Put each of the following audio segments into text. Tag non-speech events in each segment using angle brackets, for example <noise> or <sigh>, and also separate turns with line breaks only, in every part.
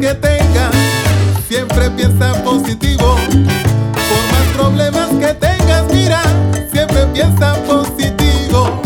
que tengas, siempre piensa positivo. Por más problemas que tengas, mira, siempre piensa positivo.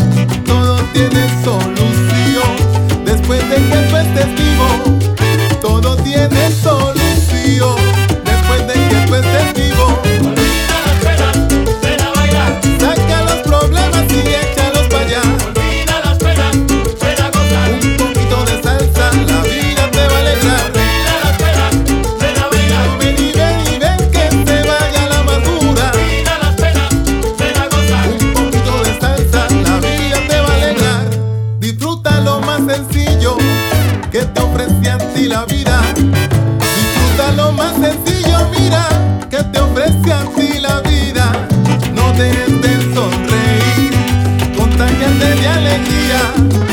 Todo tiene solución, después de que tú estés vivo. Todo tiene solución, después de que tú estés vivo.
Olvida las penas, ven a bailar.
Saca los problemas y échalos para allá.
Olvida las penas, ven a gozar.
Un poquito de salsa, la vida te va a alegrar.
Olvida las penas, ven a bailar.
Ven y ven y ven que te vaya la amargura.
Olvida las penas, ven a gozar.
Un poquito de salsa, la vida te va a alegrar. Disfruta lo más sencillo que te ofrece a ti la vida. Disfruta lo más sencillo, mira, que te ofrece a ti la vida. No dejes de sonreír, contagiate de alegría. <laughs>